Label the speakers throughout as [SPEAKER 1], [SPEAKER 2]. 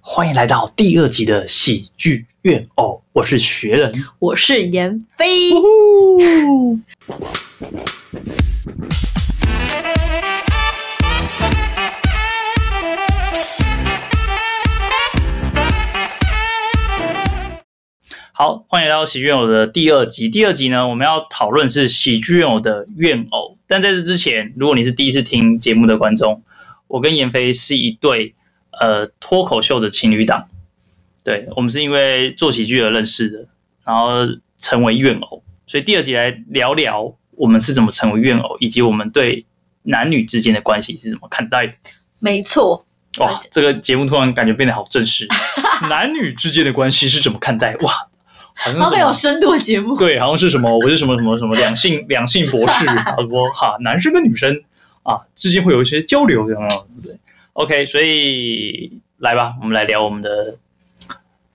[SPEAKER 1] 欢迎来到第二集的喜剧怨偶，我是学人。
[SPEAKER 2] 我是妍飞。
[SPEAKER 1] 好，欢迎来到喜剧怨偶的第二集。第二集呢，我们要讨论是喜剧怨偶的怨偶。但在这之前，如果你是第一次听节目的观众，我跟妍飞是一对呃脱口秀的情侣档。对我们是因为做喜剧而认识的，然后成为怨偶。所以第二集来聊聊我们是怎么成为怨偶，以及我们对男女之间的关系是怎么看待的。
[SPEAKER 2] 没错，呃
[SPEAKER 1] 哇，这个节目突然感觉变得好正 式。男女之间的关系是怎么看待？哇，好像
[SPEAKER 2] 好
[SPEAKER 1] 是
[SPEAKER 2] 很
[SPEAKER 1] 什
[SPEAKER 2] 有
[SPEAKER 1] 么
[SPEAKER 2] 深度的节目。
[SPEAKER 1] 对，好像是什么，我是什么什么什么两性两性博 士，好多哈，男生跟女生啊之间会有一些交流，这样对不对？OK，所以来吧，我们来聊我们的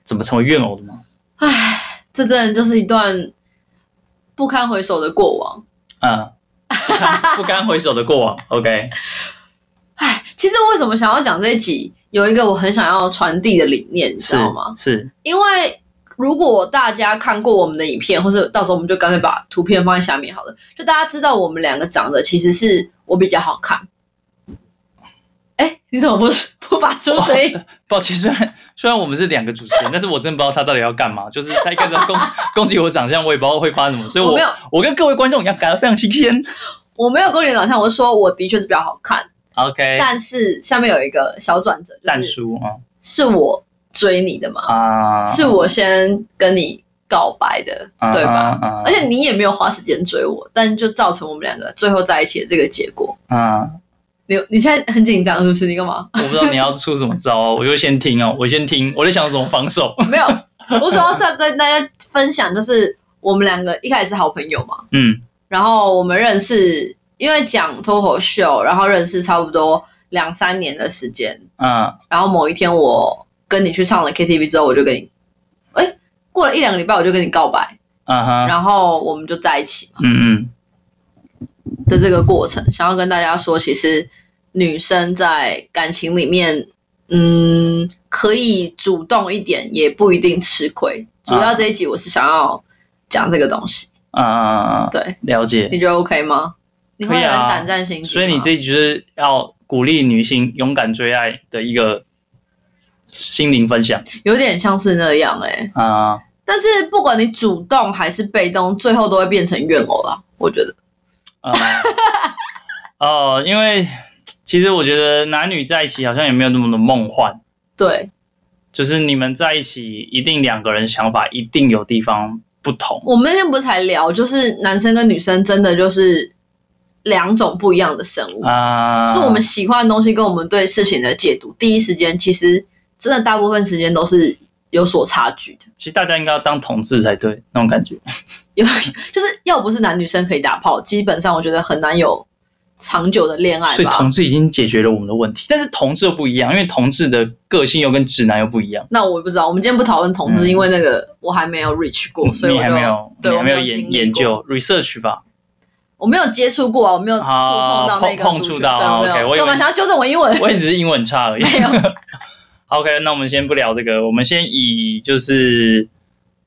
[SPEAKER 1] 怎么成为怨偶的嘛。
[SPEAKER 2] 唉，这真的就是一段不堪回首的过往。
[SPEAKER 1] 嗯，不堪不堪回首的过往。OK，
[SPEAKER 2] 唉，其实为什么想要讲这一集，有一个我很想要传递的理 念，你知
[SPEAKER 1] 是
[SPEAKER 2] 道吗？
[SPEAKER 1] 是，
[SPEAKER 2] 因为如果大家看过我们的影片，或是到时候我们就干脆把图片放在下面好了，就大家知道我们两个长得其实是我比较好看。哎，你怎么不不发出声 音？
[SPEAKER 1] 抱歉，虽然虽然我们是两个主持人，但是我真的不知道他到底要干嘛。就是他一开始 要攻攻击我长相，我也不知道会发生什么，所以我
[SPEAKER 2] 我没有
[SPEAKER 1] 我跟各位观众一样感到非常新 鲜。
[SPEAKER 2] 我没有跟你长相，我是说我的确是比较好看，
[SPEAKER 1] OK，
[SPEAKER 2] 但是下面有一个小转折，就
[SPEAKER 1] 蛋
[SPEAKER 2] 是
[SPEAKER 1] 叔啊
[SPEAKER 2] 是我追你的嘛，
[SPEAKER 1] 啊，
[SPEAKER 2] 哦是我先跟你告白的，
[SPEAKER 1] 啊
[SPEAKER 2] 对吧？？
[SPEAKER 1] 啊
[SPEAKER 2] 而且你也没有花时间追我，但就造成我们两个最后在一起的这个结果。
[SPEAKER 1] 啊，
[SPEAKER 2] 你你现在很紧张是不是？你干 嘛？
[SPEAKER 1] 我不知道你要出什么招啊，我就先听哦，我先听，我在想怎么防守。
[SPEAKER 2] 没有，我主要是要跟大家分享，就是我们两个一开始是好朋友嘛，
[SPEAKER 1] 嗯
[SPEAKER 2] 然后我们认识，因为讲脱口秀，然后认识差不多两三年的时间，
[SPEAKER 1] 啊
[SPEAKER 2] 然后某一天我跟你去唱了 KTV 之后，我就跟你，哎、过了一两个礼拜我就跟你告白，
[SPEAKER 1] 啊哈，
[SPEAKER 2] 然后我们就在一起
[SPEAKER 1] 嗯嗯，
[SPEAKER 2] 的这个过程，想要跟大家说，其实女生在感情里面，嗯，可以主动一点，也不一定吃亏。主要这一集我是想要讲这个东西，
[SPEAKER 1] 啊啊啊，啊
[SPEAKER 2] 对，
[SPEAKER 1] 了解。
[SPEAKER 2] 你觉得 OK 吗？你会
[SPEAKER 1] 可以
[SPEAKER 2] 很
[SPEAKER 1] 啊
[SPEAKER 2] 胆战心惊吗、
[SPEAKER 1] 所以你这就是要鼓励女性勇敢追爱的一个心灵分享
[SPEAKER 2] 有点像是那样哎、
[SPEAKER 1] 啊。
[SPEAKER 2] 但是不管你主动还是被动，最后都会变成怨偶啦。我觉得
[SPEAKER 1] 啊哦，因为其实我觉得男女在一起好像也没有那么的梦幻，
[SPEAKER 2] 对，
[SPEAKER 1] 就是你们在一起一定两个人想法一定有地方不同。
[SPEAKER 2] 我们那天不是才聊，就是男生跟女生真的就是两种不一样的生物，
[SPEAKER 1] 啊，
[SPEAKER 2] 嗯就是我们喜欢的东西跟我们对事情的解读，第一时间其实真的大部分时间都是有所差距的。
[SPEAKER 1] 其实大家应该要当同志才对，那种感觉。
[SPEAKER 2] 有 就是要不是男女生可以打炮，基本上我觉得很难有长久的恋爱
[SPEAKER 1] 所以
[SPEAKER 2] 吧。
[SPEAKER 1] 同志已经解决了我们的问题，但是同志又不一样，因为同志的个性又跟直男又不一样。
[SPEAKER 2] 那我也不知道，我们今天不讨论同志，
[SPEAKER 1] 嗯
[SPEAKER 2] 因为那个我还没有 reach 过，所以
[SPEAKER 1] 你
[SPEAKER 2] 我就
[SPEAKER 1] 还没有，
[SPEAKER 2] 对
[SPEAKER 1] 你
[SPEAKER 2] 我
[SPEAKER 1] 还没有
[SPEAKER 2] 没有经
[SPEAKER 1] 研
[SPEAKER 2] 历
[SPEAKER 1] 研
[SPEAKER 2] 过
[SPEAKER 1] 究 research 吧？
[SPEAKER 2] 我没有接触过啊，我没有触碰
[SPEAKER 1] 啊
[SPEAKER 2] 到那个
[SPEAKER 1] 碰
[SPEAKER 2] 族群
[SPEAKER 1] 触到
[SPEAKER 2] 对
[SPEAKER 1] 啊
[SPEAKER 2] 我没
[SPEAKER 1] OK，
[SPEAKER 2] 有
[SPEAKER 1] 我以为
[SPEAKER 2] 干嘛想要纠正我英文？
[SPEAKER 1] 我也只是英文差而已。
[SPEAKER 2] 没有，
[SPEAKER 1] OK，那我们先不聊这个，我们先以就是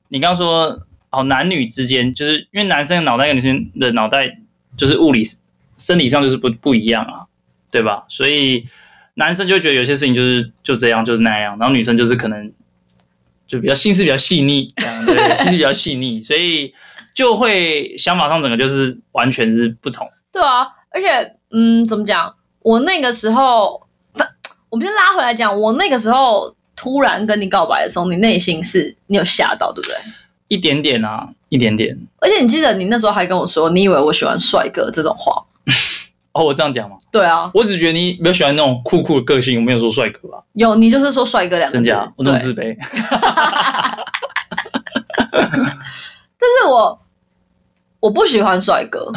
[SPEAKER 1] 你刚刚说哦，男女之间就是因为男生的脑袋跟女生的脑袋就是物理生理上就是不不一样啊，对吧？所以男生就会觉得有些事情就是就这样就是那样，然后女生就是可能就比较心思比较细腻，这样对，心思比较细腻，所以就会想法上整个就是完全是不同。
[SPEAKER 2] 对啊，而且嗯，怎么讲？我那个时候，反我们先拉回来讲，我那个时候突然跟你告白的时候，你内心是你有吓到，对不对？
[SPEAKER 1] 一点点啊，一点点
[SPEAKER 2] 而且你记得你那时候还跟我说，你以为我喜欢帅哥这种话？
[SPEAKER 1] 哦，我这样讲嘛，
[SPEAKER 2] 对啊，
[SPEAKER 1] 我只觉得你比较喜欢那种酷酷的个性，我没有说帅哥 啊。
[SPEAKER 2] 有你就是说帅哥两个
[SPEAKER 1] 真
[SPEAKER 2] 字
[SPEAKER 1] 假？，我这
[SPEAKER 2] 对
[SPEAKER 1] 么。自卑？
[SPEAKER 2] 但是我我不喜欢帅 哥。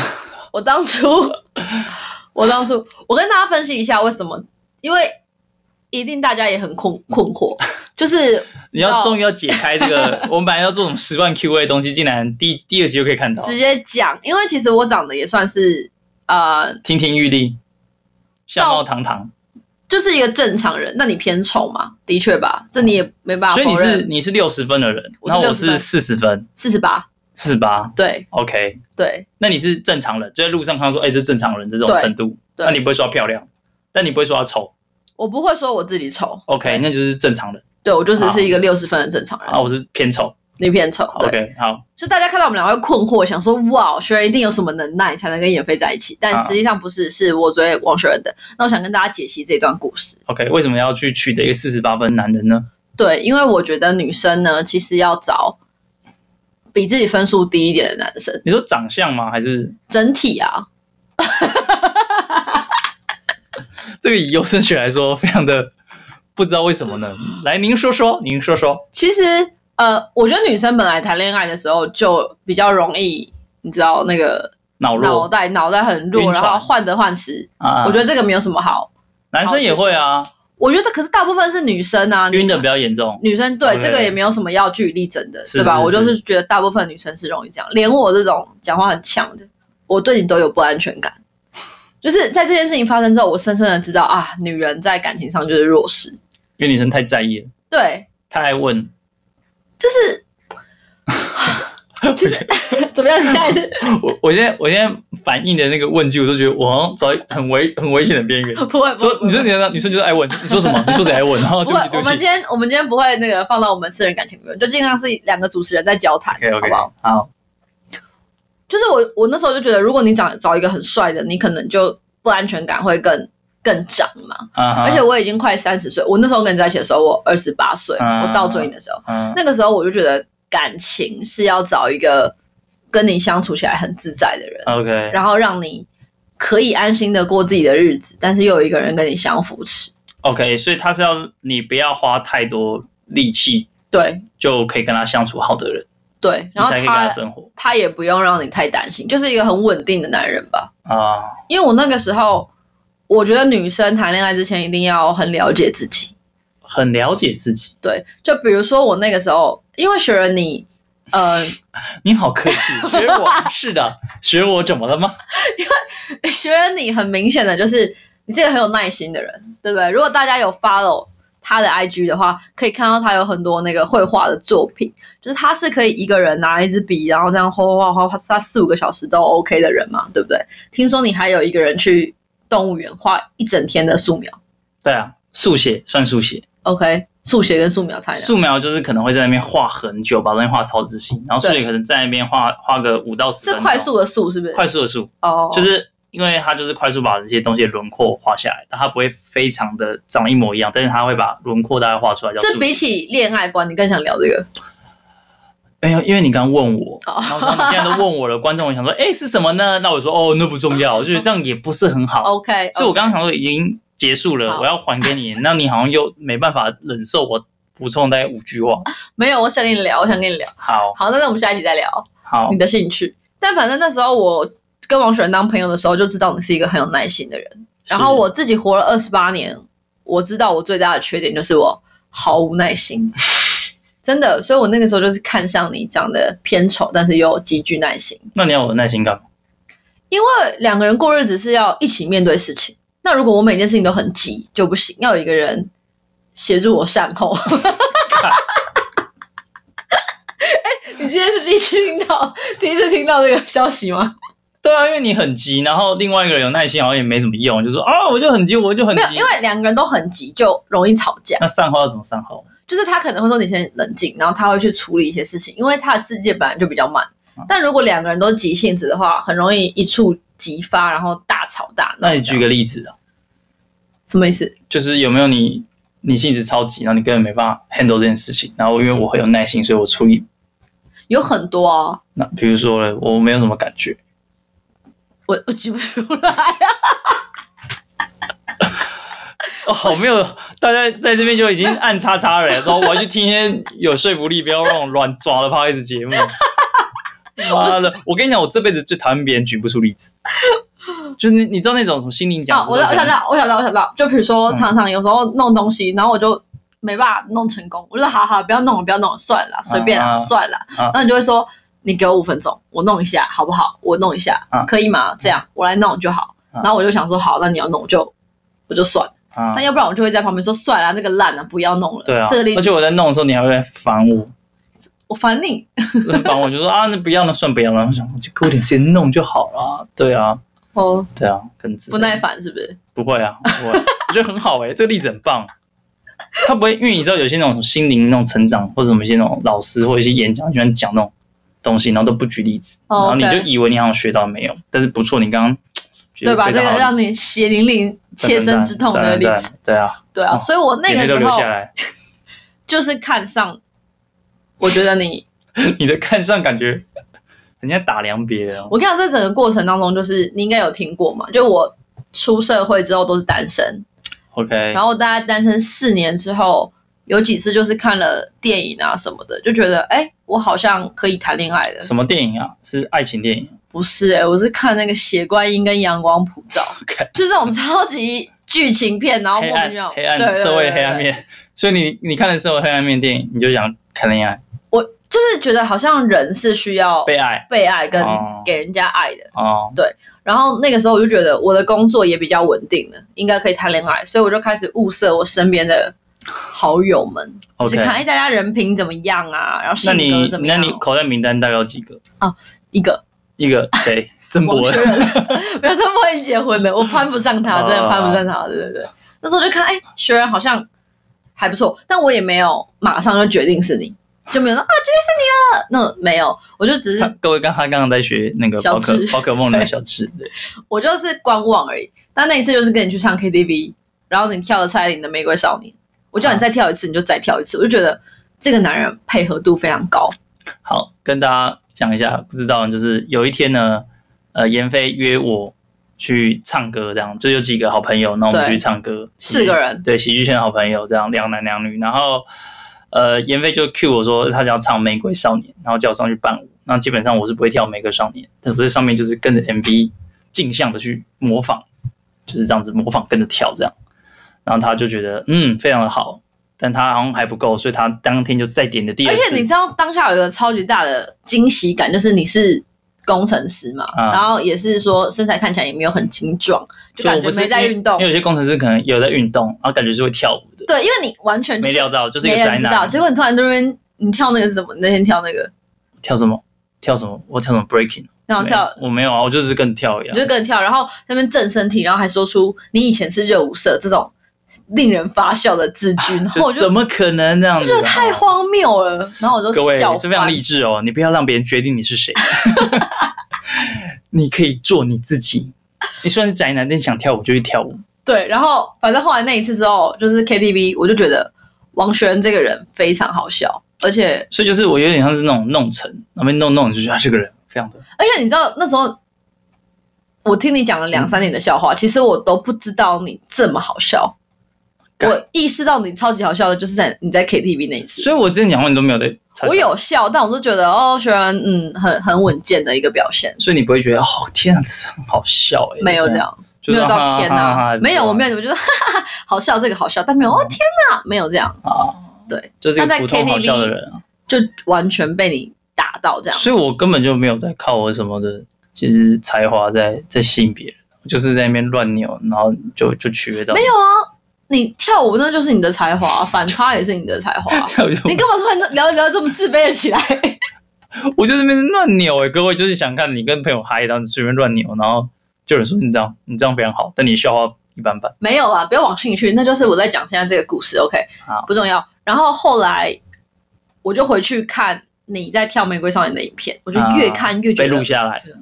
[SPEAKER 2] 我当初，我当初，我跟大家分析一下为什么，因为一定大家也很困困惑，就是
[SPEAKER 1] 你要
[SPEAKER 2] 到
[SPEAKER 1] 终于要解开这 个，我们本来要做什么十万 Q A 的东西，竟然第一第二集就可以看到，
[SPEAKER 2] 直接讲，因为其实我长得也算是呃
[SPEAKER 1] 亭亭玉立，相貌堂堂，
[SPEAKER 2] 就是一个正常人，那你偏丑嘛？的确吧，这你也没办法
[SPEAKER 1] 所以你
[SPEAKER 2] 否
[SPEAKER 1] 是
[SPEAKER 2] 认。
[SPEAKER 1] 你是六十分的人，
[SPEAKER 2] 我是
[SPEAKER 1] 然后我
[SPEAKER 2] 60分
[SPEAKER 1] 是四十分，
[SPEAKER 2] 四十八，
[SPEAKER 1] 四十八
[SPEAKER 2] 对
[SPEAKER 1] ，OK。
[SPEAKER 2] 对
[SPEAKER 1] 那你是正常人，就在路上看到说，哎、这正常人这种
[SPEAKER 2] 对
[SPEAKER 1] 程度，
[SPEAKER 2] 对
[SPEAKER 1] 那你不会说她漂亮，但你不会说她丑
[SPEAKER 2] 我不会说我自己丑
[SPEAKER 1] ，OK，那就是正常人。
[SPEAKER 2] 对我就只
[SPEAKER 1] 好
[SPEAKER 2] 是一个六十分的正常人，
[SPEAKER 1] 啊，我是偏丑
[SPEAKER 2] 你偏丑，对。
[SPEAKER 1] ，OK，好，
[SPEAKER 2] 就大家看到我们两个会困惑，想说哇，雪人一定有什么能耐才能跟妍霏在一起，但
[SPEAKER 1] 啊
[SPEAKER 2] 实际上不是，是我追王雪人的。那我想跟大家解析这段故事。
[SPEAKER 1] ，OK，为什么要去取得一个四十八分男人呢？
[SPEAKER 2] 对，因为我觉得女生呢，其实要找比自己分数低一点的男生，
[SPEAKER 1] 你说长相吗？还是
[SPEAKER 2] 整体啊，
[SPEAKER 1] 这个以优生学来说，非常的不知道为什么呢？来，您说说，您说说，
[SPEAKER 2] 其实呃，我觉得女生本来谈恋爱的时候就比较容易，你知道那个
[SPEAKER 1] 脑
[SPEAKER 2] 脑
[SPEAKER 1] 弱
[SPEAKER 2] 袋脑袋很
[SPEAKER 1] 晕
[SPEAKER 2] 弱，然
[SPEAKER 1] 船
[SPEAKER 2] 后患得患失。
[SPEAKER 1] 啊，
[SPEAKER 2] 我觉
[SPEAKER 1] 得
[SPEAKER 2] 得这个没有什么好，
[SPEAKER 1] 男生也会啊，
[SPEAKER 2] 我觉得可是大部分是女生啊，
[SPEAKER 1] 晕的
[SPEAKER 2] 你
[SPEAKER 1] 比较严重，
[SPEAKER 2] 女生对
[SPEAKER 1] OK
[SPEAKER 2] 这个也没有什么要据理力争的，
[SPEAKER 1] 是
[SPEAKER 2] 对吧？
[SPEAKER 1] 是
[SPEAKER 2] 我就是是觉得大部分女生是容易这样，连我这种讲话很强的，我对你都有不安全感。就是在这件事情发生之后，我深深的知道啊，女人在感情上就是弱势。
[SPEAKER 1] 因为女生太在意了，
[SPEAKER 2] 对，
[SPEAKER 1] 太爱问。
[SPEAKER 2] 就是，就是怎么样？你现在是
[SPEAKER 1] 我我现在我现在反应的那个问句，我都觉得我好像走在很危很危险的边缘。
[SPEAKER 2] 不会不会
[SPEAKER 1] 说你说你的女生就是爱问，你说什么？你说谁爱问？然后
[SPEAKER 2] 不
[SPEAKER 1] 哦对不
[SPEAKER 2] 会
[SPEAKER 1] 起？对
[SPEAKER 2] 我
[SPEAKER 1] 不
[SPEAKER 2] 们今
[SPEAKER 1] 起。
[SPEAKER 2] 天我们今天不会那个放到我们私人感情里面，就尽量是两个主持人在交谈
[SPEAKER 1] OK
[SPEAKER 2] 好
[SPEAKER 1] OK，
[SPEAKER 2] 不好？
[SPEAKER 1] 好，
[SPEAKER 2] 就是我我那时候就觉得，如果你找找一个很帅的，你可能就不安全感会更更长嘛。
[SPEAKER 1] 啊哈
[SPEAKER 2] 而且我已经快三十岁，我那时候跟你在一起的时候，我二十八岁，
[SPEAKER 1] 嗯
[SPEAKER 2] 我倒追你的时候，
[SPEAKER 1] 嗯
[SPEAKER 2] 那个时候我就觉得感情是要找一个跟你相处起来很自在的人，
[SPEAKER 1] OK，
[SPEAKER 2] 然后让你可以安心的过自己的日子，但是又有一个人跟你相扶持。
[SPEAKER 1] OK，所以他是要你不要花太多力气
[SPEAKER 2] 对
[SPEAKER 1] 就可以跟他相处好的人，
[SPEAKER 2] 对，然后
[SPEAKER 1] 你才可以跟他
[SPEAKER 2] 他
[SPEAKER 1] 生活
[SPEAKER 2] 他也不用让你太担心，就是一个很稳定的男人吧。
[SPEAKER 1] 啊。
[SPEAKER 2] 因为我那个时候，我觉得女生谈恋爱之前一定要很了解自己。
[SPEAKER 1] 很了解自己，
[SPEAKER 2] 对，就比如说我那个时候，因为雪人你，呃，
[SPEAKER 1] 你好客气，学我 是的，学我怎么了吗？
[SPEAKER 2] 学人你很明显的就是你是一个很有耐心的人，对不对？如果大家有 follow 他的 IG 的话，可以看到他有很多那个绘画的作品，就是他是可以一个人拿一支笔，然后这样画画画画，他四五个小时都 OK 的人嘛，对不对？听说你还有一个人去动物园画一整天的素描
[SPEAKER 1] 对啊，速写算速写，
[SPEAKER 2] ，OK，速写跟素描才能。
[SPEAKER 1] 素描就是可能会在那边画很久，把东西画超仔细，然后速写可能在那边画画个五到十分
[SPEAKER 2] 是
[SPEAKER 1] 钟，
[SPEAKER 2] 快速的速是不是？
[SPEAKER 1] 快速的速，
[SPEAKER 2] 哦，
[SPEAKER 1] 就是因为它就是快速把这些东西的轮廓画下来，但它不会非常的长得一模一样，但是它会把轮廓大概画出来，叫
[SPEAKER 2] 是
[SPEAKER 1] 速
[SPEAKER 2] 比
[SPEAKER 1] 写。
[SPEAKER 2] 起恋爱观，你更想聊这个？
[SPEAKER 1] 哎呦，因为你刚问我，
[SPEAKER 2] 哦
[SPEAKER 1] 然后说你现在都问我了，观众我想说，哎是什么呢？那我说哦那不重要，我就觉得这样也不是很好。
[SPEAKER 2] OK，哦
[SPEAKER 1] 所以我
[SPEAKER 2] OK
[SPEAKER 1] 刚刚想说已经结束了，
[SPEAKER 2] 好
[SPEAKER 1] 我要还给 你，那你好像又没办法忍受我补充大概五句 话。
[SPEAKER 2] 没有，我想跟你聊，我想跟你聊。
[SPEAKER 1] 好
[SPEAKER 2] 好，那那我们下一集再聊
[SPEAKER 1] 好
[SPEAKER 2] 你的兴趣。但反正那时候我跟王雪人当朋友的时候，就知道你是一个很有耐心的人。然后我自己活了二十八年，我知道我最大的缺点就是我毫无耐心，真的。所以我那个时候就是看上你长得偏丑，但是又极具耐心，
[SPEAKER 1] 那你要有耐心干嘛？
[SPEAKER 2] 因为两个人过日子是要一起面对事情。那如果我每件事情都很急就不行，要有一个人协助我善后。 哎，你今天是第一次听到，第一次听到这个消息吗？
[SPEAKER 1] 对啊，因为你很急，然后另外一个人有耐心好像也没什么用，就说啊我就很急，我就很
[SPEAKER 2] 没有，
[SPEAKER 1] 急
[SPEAKER 2] 因。为两个人都很急，就容易吵架。
[SPEAKER 1] 那善后要怎么善后？
[SPEAKER 2] 就是他可能会说你先冷静，然后他会去处理一些事情，因为他的世界本来就比较慢。
[SPEAKER 1] 嗯
[SPEAKER 2] 但如果两个人都急性子的话，很容易一触即发，然后大吵大闹。
[SPEAKER 1] 那你举个例子啊，
[SPEAKER 2] 什么意思？
[SPEAKER 1] 就是有没有你你性子超级，然后你根本没办法 handle 这件事情，然后因为我很有耐心，所以我处理。
[SPEAKER 2] 有很多啊，
[SPEAKER 1] 那比如说呢，我没有什么感觉，
[SPEAKER 2] 我我举不出来啊。
[SPEAKER 1] 哦，好没有，大家在这边就已经暗叉叉了，然后我要去听一些有说服力、不要让我乱抓的 p o d 节目。妈的，我跟你讲，我这辈子最讨厌别人举不出例子，就是你你知道那种什么心灵讲
[SPEAKER 2] 啊，
[SPEAKER 1] 师
[SPEAKER 2] 我
[SPEAKER 1] 都
[SPEAKER 2] 我
[SPEAKER 1] 这
[SPEAKER 2] 想
[SPEAKER 1] 样，
[SPEAKER 2] 到，我想到，我想到，就比如说
[SPEAKER 1] 嗯
[SPEAKER 2] 常常有时候弄东西，然后我就没办法弄成功，我就说好好，不要弄了，不要弄了，算了，随便
[SPEAKER 1] 啊
[SPEAKER 2] 啦，
[SPEAKER 1] 啊
[SPEAKER 2] 算了。
[SPEAKER 1] 啊
[SPEAKER 2] 然后你就会说，你给我五分钟，我弄一下好不好？我弄一下
[SPEAKER 1] 啊，
[SPEAKER 2] 可以吗？这样我来弄就好。
[SPEAKER 1] 啊
[SPEAKER 2] 然后我就想说，好，那你要弄我就我就算了。
[SPEAKER 1] 啊
[SPEAKER 2] 那，要不然我就会在旁边说算了，那个烂了，不要弄了。
[SPEAKER 1] 对啊
[SPEAKER 2] 这个例，
[SPEAKER 1] 而
[SPEAKER 2] 子
[SPEAKER 1] 且我在弄的时候，你还会来烦我，
[SPEAKER 2] 我烦你，
[SPEAKER 1] 烦我就说啊，那不要了，算不要了。我想我就给我点时间弄就好了。对啊，
[SPEAKER 2] 哦，
[SPEAKER 1] 对啊，很
[SPEAKER 2] 不耐烦是不是？
[SPEAKER 1] 不会啊，不会，我觉得很好哎、 这个例子很棒。他不会，因为你知道有些那种心灵那种成长，或者什么一些那种老师或者一些演讲，喜欢讲那种东西，然后都不举例子，然
[SPEAKER 2] 哦
[SPEAKER 1] 后你就
[SPEAKER 2] OK
[SPEAKER 1] 以为你好像学到没有，但是不错，你刚刚
[SPEAKER 2] 对吧？这个
[SPEAKER 1] 让
[SPEAKER 2] 让你血淋淋、切身之痛的例子，，
[SPEAKER 1] 对啊，
[SPEAKER 2] 对啊。
[SPEAKER 1] 哦
[SPEAKER 2] 所以我那
[SPEAKER 1] 眼
[SPEAKER 2] 个
[SPEAKER 1] 泪都
[SPEAKER 2] 时
[SPEAKER 1] 流
[SPEAKER 2] 候
[SPEAKER 1] 下来，
[SPEAKER 2] 就是看上，我觉得你，
[SPEAKER 1] 你的看上感觉 人家打量别人哦，
[SPEAKER 2] 我跟你讲，这整个过程当中，就是你应该有听过嘛，就我出社会之后都是单身，
[SPEAKER 1] OK，
[SPEAKER 2] 然后大概单身四年之后，有几次就是看了电影啊什么的，就觉得哎、我好像可以谈恋爱了。
[SPEAKER 1] 什么电影啊？是爱情电影
[SPEAKER 2] 不是哎、我是看那个《血观音》跟《阳光普照》
[SPEAKER 1] ，OK，
[SPEAKER 2] 就这种超级剧情片，然后
[SPEAKER 1] 黑
[SPEAKER 2] 莫名
[SPEAKER 1] 暗
[SPEAKER 2] 其妙
[SPEAKER 1] 黑暗
[SPEAKER 2] 对对对
[SPEAKER 1] 社会黑暗
[SPEAKER 2] 对
[SPEAKER 1] 面，所以你你看了社会黑暗面电影，你就想谈恋爱
[SPEAKER 2] 我就是觉得好像人是需要
[SPEAKER 1] 被爱
[SPEAKER 2] 被爱跟
[SPEAKER 1] 哦
[SPEAKER 2] 给人家爱的。
[SPEAKER 1] 哦，
[SPEAKER 2] 然后那个时候我就觉得我的工作也比较稳定了，应该可以谈恋爱，所以我就开始物色我身边的好友们，就是
[SPEAKER 1] OK
[SPEAKER 2] 看哎大家人品怎么样啊，然后
[SPEAKER 1] 那
[SPEAKER 2] 性
[SPEAKER 1] 你
[SPEAKER 2] 格怎么
[SPEAKER 1] 那
[SPEAKER 2] 样。
[SPEAKER 1] 你口袋名单大概有几个？
[SPEAKER 2] 一个
[SPEAKER 1] 一个谁？曾
[SPEAKER 2] 王
[SPEAKER 1] 博
[SPEAKER 2] 学
[SPEAKER 1] 仁。
[SPEAKER 2] 仁，不要说莫言结婚的，我攀不 上他，真的攀不上他，对对对。那时候就看哎、学仁好像还不错，但我也没有马上就决定是你，就没有说啊决定是你了，那没有，我就只是
[SPEAKER 1] 他 各位刚他刚刚在学那个
[SPEAKER 2] 小
[SPEAKER 1] 宝可
[SPEAKER 2] 智
[SPEAKER 1] 宝可梦的小智，对
[SPEAKER 2] 我就是观望而已。但那一次就是跟你去唱 KTV，然后你跳了蔡依林的《玫瑰少年》，我叫你再跳一次，你就再跳一次，我就觉得这个男人配合度非常高。
[SPEAKER 1] 好，跟大家讲一下，不知道就是有一天呢，呃，妍飞约我去唱歌，这样就有几个好朋友，那我们
[SPEAKER 2] 对
[SPEAKER 1] 去唱歌，
[SPEAKER 2] 四个人
[SPEAKER 1] 对喜剧圈的好朋友，这样两男两女，然后呃，妍飞就 cue 我说他想要唱《玫瑰少年》，然后叫我上去伴舞。那基本上我是不会跳《玫瑰少年》，但我在上面就是跟着 MV 镜像的去模仿，就是这样子模仿跟着跳这样。然后他就觉得嗯非常的好，但他好像还不够，所以他当天就再点的第
[SPEAKER 2] 而
[SPEAKER 1] 二
[SPEAKER 2] 且你
[SPEAKER 1] 次。
[SPEAKER 2] 知道当下有一个超级大的惊喜感，就是你是工程师嘛，
[SPEAKER 1] 嗯
[SPEAKER 2] 然后也是说身材看起来也没有很精壮，
[SPEAKER 1] 我
[SPEAKER 2] 就感觉
[SPEAKER 1] 不是
[SPEAKER 2] 没在运动
[SPEAKER 1] 因为因为。有些工程师可能有在运动，然后感觉是会跳舞的，
[SPEAKER 2] 对，因为你完全就
[SPEAKER 1] 没
[SPEAKER 2] 是
[SPEAKER 1] 料到就是一
[SPEAKER 2] 没
[SPEAKER 1] 个啊
[SPEAKER 2] 人
[SPEAKER 1] 宅
[SPEAKER 2] 知道，
[SPEAKER 1] 男。
[SPEAKER 2] 结果你突然在那边你跳那个是什么？你那天跳那个，
[SPEAKER 1] 跳什么？跳什么？我跳什么 breaking？
[SPEAKER 2] 然后跳
[SPEAKER 1] 没有我没有啊，我就是跟着跳一样
[SPEAKER 2] 你。就跟着跳，然后在那边正身体，然后还说出你以前是热舞社这种令人发笑的字句，然后我 就
[SPEAKER 1] 怎么可能这样
[SPEAKER 2] 就
[SPEAKER 1] 子
[SPEAKER 2] 觉
[SPEAKER 1] 啊？
[SPEAKER 2] 得太荒谬了，然后我就
[SPEAKER 1] 各位
[SPEAKER 2] 笑
[SPEAKER 1] 是非常
[SPEAKER 2] 翻
[SPEAKER 1] 励志哦，你不要让别人决定你是谁， 你可以做你自己。你虽然是宅男，但你想跳舞就去跳舞。
[SPEAKER 2] 对，然后反正后来那一次之后，就是 KTV，我就觉得王璇这个人非常好笑，而且
[SPEAKER 1] 所以就是我有点像是那种弄成，那边弄弄，你就觉得他啊这个人非常的
[SPEAKER 2] 而且你知道那时候我听你讲了两三年的笑话，其实我都不知道你这么好笑。
[SPEAKER 1] 干
[SPEAKER 2] 我意识到你超级好笑的，就是在你在 KTV 那一次。
[SPEAKER 1] 所以我之前讲话你都没有在猜想
[SPEAKER 2] 我有，笑，但我就觉得哦，学然嗯，很很稳健的一个表现，
[SPEAKER 1] 所以你不会觉得哦天啊，这很好笑哎、
[SPEAKER 2] 没有这，样，
[SPEAKER 1] 就
[SPEAKER 2] 没
[SPEAKER 1] 是哈
[SPEAKER 2] 有到
[SPEAKER 1] 哈
[SPEAKER 2] 天
[SPEAKER 1] 哈
[SPEAKER 2] 哪
[SPEAKER 1] 哈，嗯
[SPEAKER 2] 没有，我没
[SPEAKER 1] 有
[SPEAKER 2] 有，我觉得哈哈哈好笑，这个好笑，但没有哦天哪，没有这样，
[SPEAKER 1] 啊，
[SPEAKER 2] 对，
[SPEAKER 1] 就是一
[SPEAKER 2] 那
[SPEAKER 1] 个
[SPEAKER 2] 在
[SPEAKER 1] 普通好笑的人啊、
[SPEAKER 2] 就完全被你打到这样。
[SPEAKER 1] 所以我根本就没有在靠我什么的，就是才华在在吸引别人，就是在那边乱扭，然后就就取悦到
[SPEAKER 2] 没有啊，你跳舞那就是你的才华，啊反差也是你的才华。啊
[SPEAKER 1] 有，
[SPEAKER 2] 你干嘛突然聊一聊这么自卑了起来？
[SPEAKER 1] 我就在那边乱扭哎、各位就是想看你跟朋友嗨，然后你随便乱扭，然后就有人说你这样你这样非常好，但你笑话一般般。
[SPEAKER 2] 没有啦，啊不要往心里去，那就是我在讲现在这个故事，OK，
[SPEAKER 1] 好
[SPEAKER 2] 不重要。然后后来我就回去看你在跳《玫瑰少年》的影片，我就越看越觉
[SPEAKER 1] 啊被
[SPEAKER 2] 得、
[SPEAKER 1] 录下来了。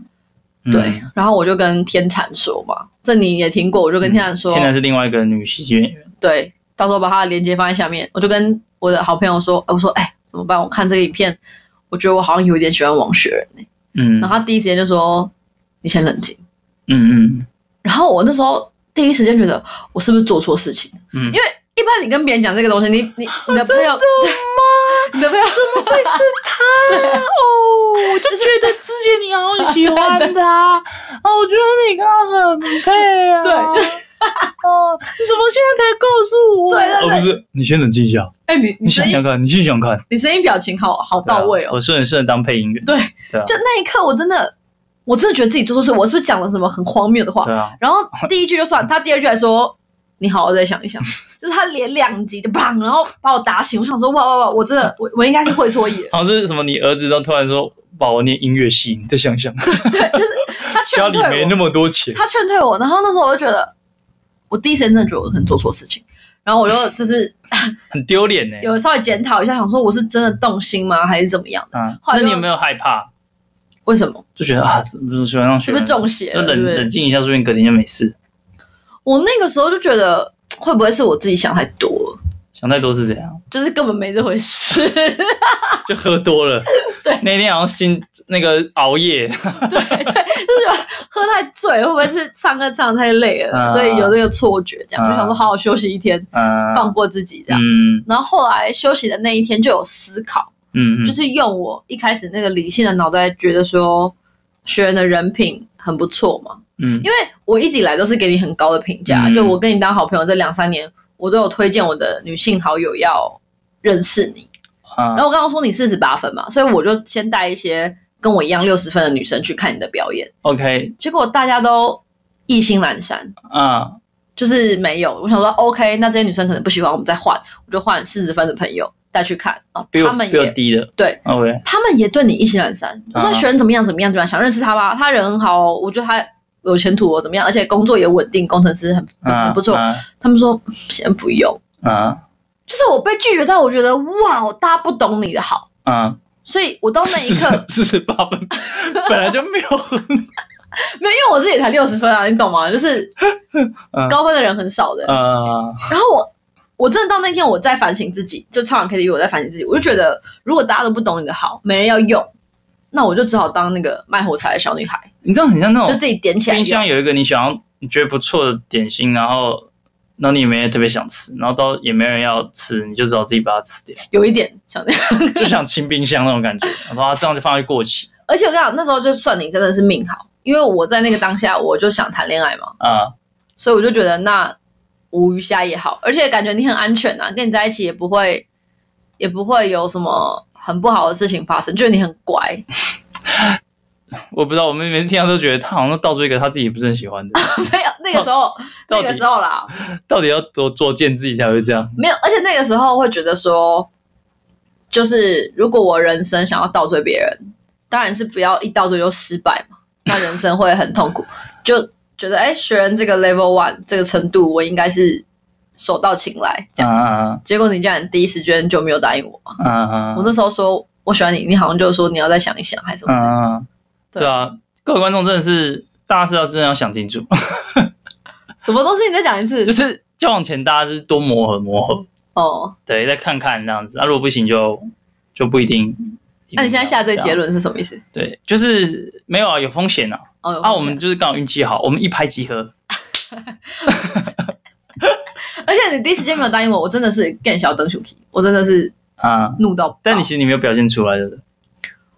[SPEAKER 1] 嗯
[SPEAKER 2] 对，，然后我就跟天蚕说嘛，这你也听过，我就跟天蚕说，
[SPEAKER 1] 嗯天然是另外一个女喜剧演员，
[SPEAKER 2] 对，到时候把它的链接放在下面。我就跟我的好朋友说，哎我说哎怎么办？我看这个影片，我觉得我好像有点喜欢王雪人、欸、
[SPEAKER 1] 嗯
[SPEAKER 2] 然后他第一时间就说，你先冷静。
[SPEAKER 1] 嗯嗯
[SPEAKER 2] 然后我那时候第一时间觉得我是不是做错事情？
[SPEAKER 1] 嗯，
[SPEAKER 2] 因为一般你跟别人讲这个东西，你你你的
[SPEAKER 1] 啊
[SPEAKER 2] 朋友对，你的朋友怎么会是 他？
[SPEAKER 1] 哦，我就觉得之前你好喜欢他， 啊，我觉得你跟他很配啊
[SPEAKER 2] 对就
[SPEAKER 1] 哦，你怎么现在才告诉我
[SPEAKER 2] 对对对
[SPEAKER 1] 啊而不是你先冷静一下，
[SPEAKER 2] 哎、你
[SPEAKER 1] 你
[SPEAKER 2] 你
[SPEAKER 1] 想
[SPEAKER 2] 声音
[SPEAKER 1] 想看，你先想看，
[SPEAKER 2] 你声音表情好好到位
[SPEAKER 1] 对啊
[SPEAKER 2] 哦。
[SPEAKER 1] 我是很适合当配音员，
[SPEAKER 2] 对，
[SPEAKER 1] 对啊，
[SPEAKER 2] 就那一刻，我真的我真的觉得自己做错事，我是不是讲了什么很荒谬的话？
[SPEAKER 1] 对啊，
[SPEAKER 2] 然后第一句就算，他第二句还说你好好再想
[SPEAKER 1] ，
[SPEAKER 2] 一想。就是他连两集就砰，然后把我打醒。我想说，哇哇哇，我真的我我应该是会错意了
[SPEAKER 1] 好像是什么，你儿子都突然说把我念音乐系，你再想想，
[SPEAKER 2] 对，就是他
[SPEAKER 1] 家里
[SPEAKER 2] 劝退
[SPEAKER 1] 没
[SPEAKER 2] 我
[SPEAKER 1] 那，么多钱。
[SPEAKER 2] 他劝退我，然后那时候我就觉得，我第一时间真的觉得我可能做错事情，然后我就就是
[SPEAKER 1] 很丢脸欸呢。
[SPEAKER 2] 有稍微检讨一下，想说我是真的动心吗，还是怎么样？
[SPEAKER 1] 啊，
[SPEAKER 2] 后
[SPEAKER 1] 那
[SPEAKER 2] 来就
[SPEAKER 1] 你有没有害怕？
[SPEAKER 2] 为什么？
[SPEAKER 1] 就觉得啊，是不是喜欢上
[SPEAKER 2] 是
[SPEAKER 1] 学
[SPEAKER 2] 不是
[SPEAKER 1] 生？
[SPEAKER 2] 中邪
[SPEAKER 1] 啊就
[SPEAKER 2] 了？对
[SPEAKER 1] 冷
[SPEAKER 2] 不对
[SPEAKER 1] 冷？静一下，说不定隔天就没事。
[SPEAKER 2] 我那个时候就觉得，会不会是我自己想太多了？
[SPEAKER 1] 想太多是怎 样？
[SPEAKER 2] 就是根本没这回事。
[SPEAKER 1] 就喝多了。
[SPEAKER 2] 对，
[SPEAKER 1] 那天好像心那个熬 夜，
[SPEAKER 2] 喝太醉了，会不会是上课上得太累了，
[SPEAKER 1] 嗯
[SPEAKER 2] 所以有这个错觉？这样、
[SPEAKER 1] 嗯
[SPEAKER 2] 就想说好好休息一天，
[SPEAKER 1] 嗯，
[SPEAKER 2] 放过自己这样。
[SPEAKER 1] 嗯
[SPEAKER 2] 然后后来休息的那一天就有思考，
[SPEAKER 1] 嗯，嗯
[SPEAKER 2] 就是用我一开始那个理性的脑袋，觉得说学员的人品很不错嘛，
[SPEAKER 1] 嗯，
[SPEAKER 2] 因为我一直以来都是给你很高的评价，
[SPEAKER 1] 嗯
[SPEAKER 2] 就我跟你当好朋友这两三年，我都有推荐我的女性好友要认识你。
[SPEAKER 1] 啊
[SPEAKER 2] 然后我刚刚说你四十八分嘛，所以我就先带一些跟我一样六十分的女生去看你的表演，
[SPEAKER 1] ，OK，
[SPEAKER 2] 结果大家都意兴阑珊，
[SPEAKER 1] 啊，
[SPEAKER 2] 就是没有。我想说，OK，那这些女生可能不喜欢，我们再换，我就换四十分的朋友带去看啊，
[SPEAKER 1] 比我
[SPEAKER 2] 他们
[SPEAKER 1] 比我
[SPEAKER 2] 也
[SPEAKER 1] 低的，
[SPEAKER 2] 对
[SPEAKER 1] ，OK，
[SPEAKER 2] 他们也对你意兴阑珊，我说
[SPEAKER 1] 啊
[SPEAKER 2] 学生怎么样怎么样怎么样，想认识他吧，他人很好哦，我觉得他有前途哦，怎么样，而且工作也稳定，工程师很很
[SPEAKER 1] 啊，
[SPEAKER 2] 很不错。
[SPEAKER 1] 啊
[SPEAKER 2] 他们说嗯先不用，
[SPEAKER 1] 啊
[SPEAKER 2] 就是我被拒绝到，我觉得哇，大家不懂你的好，
[SPEAKER 1] 啊，
[SPEAKER 2] 所以我到那一刻，
[SPEAKER 1] 四十八分，本来就没有 很，
[SPEAKER 2] 没有，因为我自己才六十分啊，你懂 吗？就是
[SPEAKER 1] 嗯
[SPEAKER 2] 高分的人很少的。
[SPEAKER 1] 啊
[SPEAKER 2] 然后我我真的到那天，我在反省自己，就唱完 KTV，我在反省自己，我就觉得如果大家都不懂你的好，没人要用，那我就只好当那个卖火柴的小女孩，
[SPEAKER 1] 你知道很像那
[SPEAKER 2] 就
[SPEAKER 1] 种
[SPEAKER 2] 自己点起
[SPEAKER 1] 哦
[SPEAKER 2] 来
[SPEAKER 1] 冰
[SPEAKER 2] 用。
[SPEAKER 1] 箱有一个你想要你觉得不错的点心，然后。然后你也没特别想吃，然后到也没人要吃，你就只好自己把它吃 掉，
[SPEAKER 2] 有一点想那样。
[SPEAKER 1] 就像清冰箱那种感觉。然后这样就放会过期
[SPEAKER 2] 而且我跟你讲，那时候就算你真的是命好，因为我在那个当下我就想谈恋爱嘛，
[SPEAKER 1] 啊，
[SPEAKER 2] 所以我就觉得那无鱼虾也好，而且感觉你很安全啊，跟你在一起也不会也不会有什么很不好的事情发生，就是你很乖。
[SPEAKER 1] 我不知道，我们每次听到都觉得他好像道出一个他自己不是很喜 欢的，
[SPEAKER 2] 没有那个时候，
[SPEAKER 1] 哦到底
[SPEAKER 2] 那个时候啦，
[SPEAKER 1] 到底要多作践自己才会这样？
[SPEAKER 2] 没有，而且那个时候会觉得说，就是如果我人生想要倒追别人，当然是不要一倒追就失败嘛，那人生会很 痛苦。就觉得哎、学人这个 level one 这个程度，我应该是手到擒来这样。
[SPEAKER 1] 啊
[SPEAKER 2] 结果你竟然第一时间就没有答应我嘛？
[SPEAKER 1] 啊啊
[SPEAKER 2] 我那时候说我喜欢你，你好像就说你要再想一想，还是什么的。
[SPEAKER 1] 啊！对啊，各位观众真的是，大家是要真的要想清楚，
[SPEAKER 2] 什么东西？你再讲一次。
[SPEAKER 1] 就是交往前大家是多磨合磨合，
[SPEAKER 2] 哦，
[SPEAKER 1] 对，再看看这样子。那、啊如果不行就就不一定。
[SPEAKER 2] 那你现在下这个结？论是什么意思？
[SPEAKER 1] 对，就是没有啊，有风险啊。
[SPEAKER 2] 哦，有
[SPEAKER 1] 啊，我们就是刚好运气好，我们一拍即合。
[SPEAKER 2] 而且你第一时间没有答应我，我真的是更小灯 s h 我真的是
[SPEAKER 1] 啊，
[SPEAKER 2] 怒到爆。
[SPEAKER 1] 但你其实你没有表现出来的，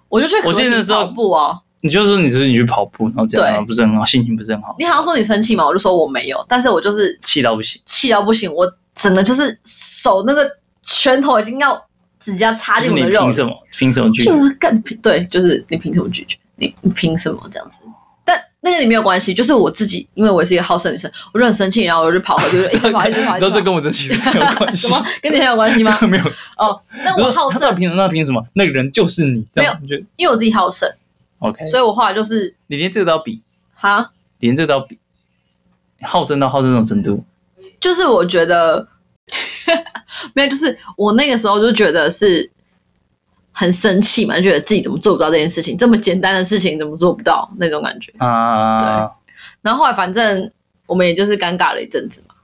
[SPEAKER 2] 我就去
[SPEAKER 1] 我
[SPEAKER 2] 和
[SPEAKER 1] 记得那
[SPEAKER 2] 你
[SPEAKER 1] 时候
[SPEAKER 2] 跑步哦。
[SPEAKER 1] 你就说你是你去跑步，然后这样啊
[SPEAKER 2] 对
[SPEAKER 1] 然后不是很好，心情不是很好，
[SPEAKER 2] 你好像说你生气嘛，我就说我没有，但是我就是
[SPEAKER 1] 气到不行。
[SPEAKER 2] 气到不行，我整个就是手那个拳头已经要指甲插
[SPEAKER 1] 就
[SPEAKER 2] 进
[SPEAKER 1] 是
[SPEAKER 2] 我
[SPEAKER 1] 你
[SPEAKER 2] 的肉
[SPEAKER 1] 凭
[SPEAKER 2] 里，
[SPEAKER 1] 什么？凭什么 拒绝？
[SPEAKER 2] 就是更凭对，就是你凭什么拒绝？你你凭什么这样子？但那个你没有关系，就是我自己，因为我是一个好胜女生，我就很生气，然后我就跑回去，就一直跑，一直 跑，一
[SPEAKER 1] 都
[SPEAKER 2] 直
[SPEAKER 1] 这
[SPEAKER 2] 跑。
[SPEAKER 1] 跟我这其实没有关系
[SPEAKER 2] 什，么跟你很有关系吗？
[SPEAKER 1] 没有。
[SPEAKER 2] 哦，那我好
[SPEAKER 1] 他到
[SPEAKER 2] 胜
[SPEAKER 1] 底，凭什么？他凭什么？那个人就是你，这样你觉得
[SPEAKER 2] 因为我自己好胜，
[SPEAKER 1] OK？
[SPEAKER 2] 所以我后来就是
[SPEAKER 1] 你连这个都要比，
[SPEAKER 2] 哈，
[SPEAKER 1] 连这个都要比，好胜到好胜这种程度，
[SPEAKER 2] 就是我觉得没有，就是我那个时候就觉得是很生气嘛，就觉得自己怎么做不到这件事情，这么简单的事情怎么做不到那种感觉。
[SPEAKER 1] 啊，
[SPEAKER 2] 然后后来反正我们也就是尴尬了一阵子嘛，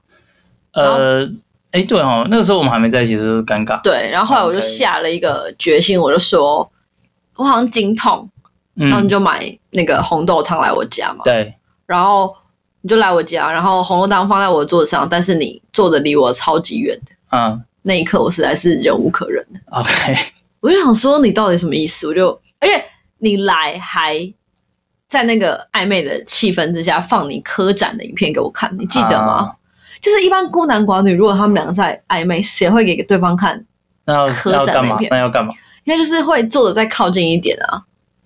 [SPEAKER 1] 呃，哎，对哦，那个时候我们还没在一起，的时候尴尬。
[SPEAKER 2] 对。然后后来我就
[SPEAKER 1] OK
[SPEAKER 2] 下了一个决心，我就说我好像经痛，然后你
[SPEAKER 1] 嗯，
[SPEAKER 2] 就买那个红豆汤来我家嘛，
[SPEAKER 1] 对，
[SPEAKER 2] 然后你就来我家，然后红豆汤放在我的桌子上，但是你坐的离我超级远的，
[SPEAKER 1] 嗯
[SPEAKER 2] 那一刻我实在是忍无可忍。
[SPEAKER 1] ，OK，
[SPEAKER 2] 我就想说你到底什么意思？我就而且你来还在那个暧昧的气氛之下放你科展的影片给我看，你记得吗？
[SPEAKER 1] 啊
[SPEAKER 2] 就是一般孤男寡女，如果他们两个在暧昧，谁会给对方看？
[SPEAKER 1] 那要
[SPEAKER 2] 科
[SPEAKER 1] 那要
[SPEAKER 2] 展
[SPEAKER 1] 干
[SPEAKER 2] 那
[SPEAKER 1] 嘛？
[SPEAKER 2] 片
[SPEAKER 1] 那要干嘛？
[SPEAKER 2] 应该就是会坐的再靠近一点啊，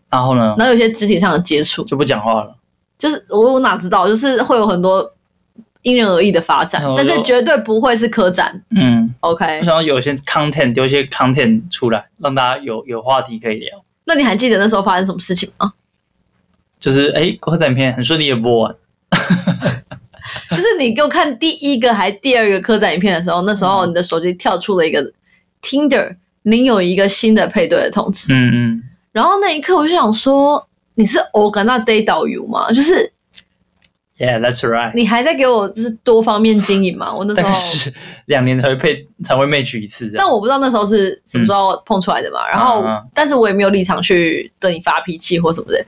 [SPEAKER 1] 然后呢，
[SPEAKER 2] 然后有些肢体上的接触，
[SPEAKER 1] 就不讲话了。
[SPEAKER 2] 就是我我哪知道，就是会有很多因人而异的发展
[SPEAKER 1] 那，我
[SPEAKER 2] 但是
[SPEAKER 1] 就
[SPEAKER 2] 绝对不会是科展。
[SPEAKER 1] 嗯，
[SPEAKER 2] OK，
[SPEAKER 1] 哦我想要有一些 content 丢一些 content 出来，让大家有有话题可以聊。
[SPEAKER 2] 那你还记得那时候发生什么事情吗？
[SPEAKER 1] 就是哎，国展片很顺利的播完，
[SPEAKER 2] 就是你给我看第一个还第二个科展影片的时候，那时候你的手机跳出了一个 Tinder，你有一个新的配对的通知。
[SPEAKER 1] 嗯嗯，
[SPEAKER 2] 然后那一刻我就想说，你是 Organa Day 导游吗？就是
[SPEAKER 1] Yeah，that's right。
[SPEAKER 2] 你还在给我就是多方面经营嘛？我那
[SPEAKER 1] 大
[SPEAKER 2] 时
[SPEAKER 1] 概
[SPEAKER 2] 候，
[SPEAKER 1] 是啊两年才会配才会 match 一次这样。
[SPEAKER 2] 但我不知道那时候是什么时候碰出来的嘛。然后
[SPEAKER 1] 啊啊，
[SPEAKER 2] 但是我也没有立场去对你发脾气或什么的，